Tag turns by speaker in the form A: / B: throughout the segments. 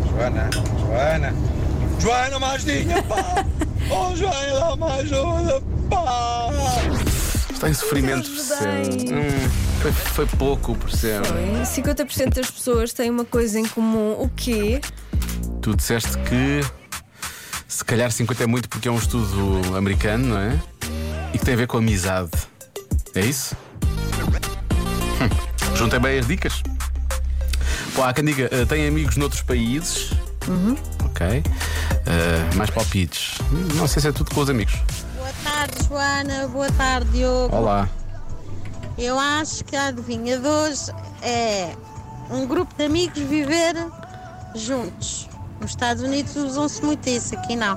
A: Joana, Joana, Joana Mazdinha, pá! oh, Joana, dá uma ajuda, pá!
B: Está em sofrimento, percebe? Hum, foi, foi pouco, percebe?
C: Bem, 50% das pessoas têm uma coisa em comum. O quê?
B: Tu disseste que se calhar 50 é muito porque é um estudo americano, não é? E que tem a ver com amizade. É isso? Hum. Juntem bem as dicas. Pô, há quem diga, eh, tem amigos noutros países. Ok. Eh, mais palpites. Hum, Não sei se é tudo com os amigos.
D: Boa tarde, Joana. Boa tarde, Diogo.
B: Olá.
D: Eu acho que a adivinha de hoje é um grupo de amigos viver juntos. Nos Estados Unidos usam-se muito isso, aqui não.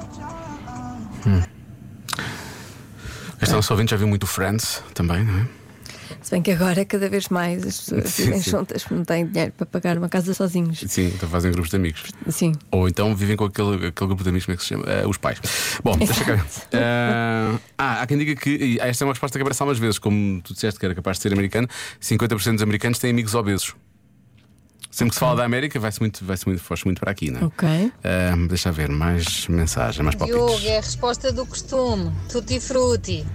B: Este nosso ouvinte já viu muito Friends também, não é?
C: Se bem que agora, cada vez mais, as pessoas
B: Sim,
C: vivem
B: sim.
C: juntas porque não têm dinheiro para pagar uma casa sozinhos.
B: Sim, então fazem grupos de amigos.
C: Sim.
B: Ou então vivem com aquele, aquele grupo de amigos, como é que se chama? Eh, os pais. Bom, deixa cá ver. Eh, ah, há quem diga que. e Esta é uma resposta que aparece algumas vezes, como tu disseste que era capaz de ser americano. 50% dos americanos têm amigos obesos. Sempre que se fala da América, vai-se muito, vai muito, foge muito para aqui, não é?
C: Ok.
B: Eh, deixa ver, mais mensagem, mais
E: Diogo,
B: palpites.
E: é a resposta do costume. Tutti frutti.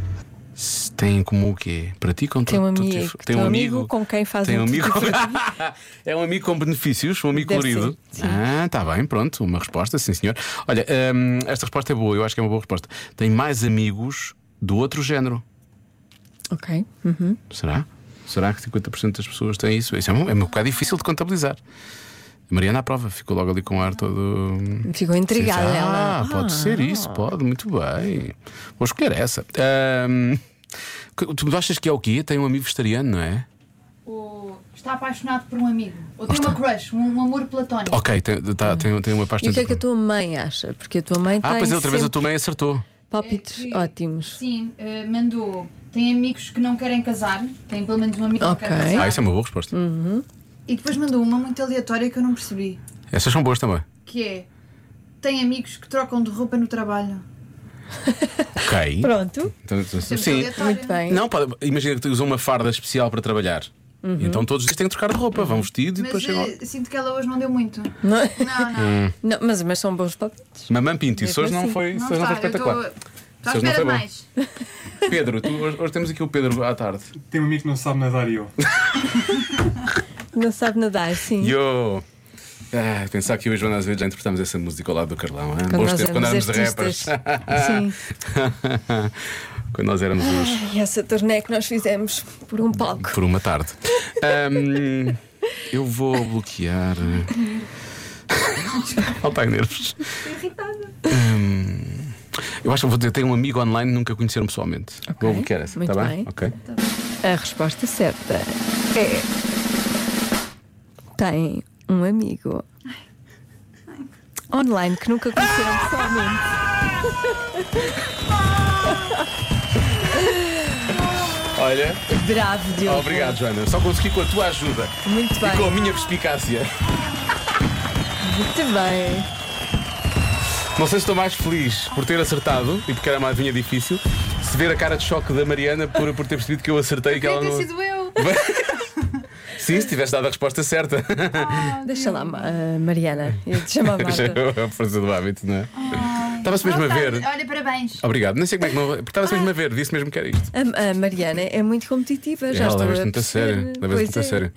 B: Tem como o quê? Praticam
C: Tem um
B: tudo- tudo-
C: amigo.
B: Tem um amigo
C: com quem fazem
B: Tem um
C: tudo.
B: amigo. é um amigo com benefícios, um amigo
C: Deve
B: colorido.
C: ser, sim.
B: Ah, tá bem, pronto, uma resposta, sim senhor. Olha, hum, esta resposta é boa, eu acho que é uma boa resposta. Tem mais amigos do outro género.
C: Ok. Uhum.
B: Será? Será que 50% das pessoas têm isso? Isso é um, é um bocado difícil de contabilizar. A Mariana à prova, ficou logo ali com o ar todo. hum,
C: Ficou intrigada
B: ah,
C: ela.
B: pode ser isso, pode, muito bem. Vou escolher essa. Hum, que- tu achas que é o quê? Tem um amigo vegetariano, não é?
F: Ou está apaixonado por um amigo? Ou tem uma crush, um, um amor platónico?
B: Ok, tem, tá, tem, tem uma parte
C: E o que é que
B: dentro-
C: a tua mãe acha? Porque a tua mãe
B: Ah,
C: tem
B: pois é, outra vez a
C: sempre
B: tua mãe acertou.
C: palpites
F: É que-
C: ótimos.
F: Sim, eh, mandou. Tem amigos que não querem casar, tem pelo menos um amigo
C: Ok.
F: que não quer
B: Ah,
F: casar.
B: isso é uma boa resposta.
C: Hum.
F: E depois mandou uma muito aleatória que eu não percebi,
B: Essas são boas também.
F: que é tem amigos que trocam de roupa no trabalho.
B: Ok.
C: Pronto.
B: Então, então,
F: Sempre
B: sim.
F: aleatório.
C: Muito bem.
B: Não, pode- imagina que tu usou uma farda especial para trabalhar.
C: Uhum.
B: Então todos eles têm que trocar de roupa, vão vestido e depois
F: Mas
B: chegam.
F: eh, sinto que ela hoje não deu muito.
C: Não é?
F: Não,
B: Hum,
F: não.
C: Não, mas, mas são bons palpites.
B: Mamãe Pinto, isso hoje não
C: assim,
B: foi,
F: não
B: isso hoje não foi
F: está. Eu
B: espetacular.
F: estou. Estou à
B: Isso não foi
F: espera de
B: bom.
F: mais.
B: Pedro, tu- hoje, hoje temos aqui o Pedro à tarde.
G: Tem um amigo que não sabe nadar e eu.
C: Não sabe nadar, sim.
B: Yo! Ah, pensar que eu e a Joana às vezes já interpretámos essa música ao lado do Carlão. hein?
C: Quando
B: Bons
C: nós
B: tempos, quando
C: éramos
B: éramos rappers.
C: artistas. Sim.
B: quando nós éramos os.
C: E essa turnê que nós fizemos por um palco.
B: Por uma tarde. Ahm, eu vou bloquear. Ela está em nervos. Ahm, eu acho que vou dizer: tenho um amigo online, nunca conheceram pessoalmente. Vou bloquear essa,
C: muito
B: está bem?
C: bem. Então,
B: Ok.
C: A resposta certa é. Tem um amigo online que nunca conheceram pessoalmente.
B: Olha,
C: Bravo, Diogo.
B: obrigado, Joana. Só consegui com a tua ajuda
C: Muito
B: e com a
C: bem.
B: minha perspicácia.
C: Muito bem.
B: Não sei se estou mais feliz por ter acertado e porque era uma adivinha difícil, se ver a cara de choque da Mariana por, por ter percebido que eu acertei e que ela
F: Podia ter
B: não.
F: sido eu.
B: Sim, se tivesse dado a resposta certa.
C: Deixa lá, Ma- a Mariana. Eu te chamo a Ah, Marta. Ah.
B: a força do hábito, não é? Estava-se mesmo a
F: Boa
B: ver.
F: tarde. Olha, parabéns.
B: Obrigado, nem sei como é que não. Porque estava-se mesmo a ver, disse mesmo que era isto.
C: A, a Mariana é muito competitiva, já
B: Ela
C: estou a
B: levas-te muito a
C: perceber.
B: sério. Levas-te
C: Pois
B: muito
C: é.
B: a sério.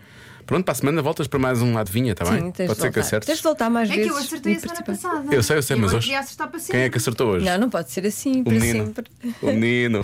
B: Pronto, para a semana voltas para mais um adivinha, está bem?
C: Sim, tens
B: Pode
C: de
B: ser que
C: voltar. Tens
B: acertes.
C: de voltar mais
F: É que
C: vezes. tipo,
F: eu acertei
C: e
F: a semana
C: participar.
F: passada.
B: Eu sei, eu sei,
F: E
B: mas
F: agora
B: hoje-
F: queria acertar para
B: Quem é que
F: sempre.
B: acertou hoje?
C: Não, não pode ser assim,
B: o
C: para
B: menino.
C: sempre.
B: O menino.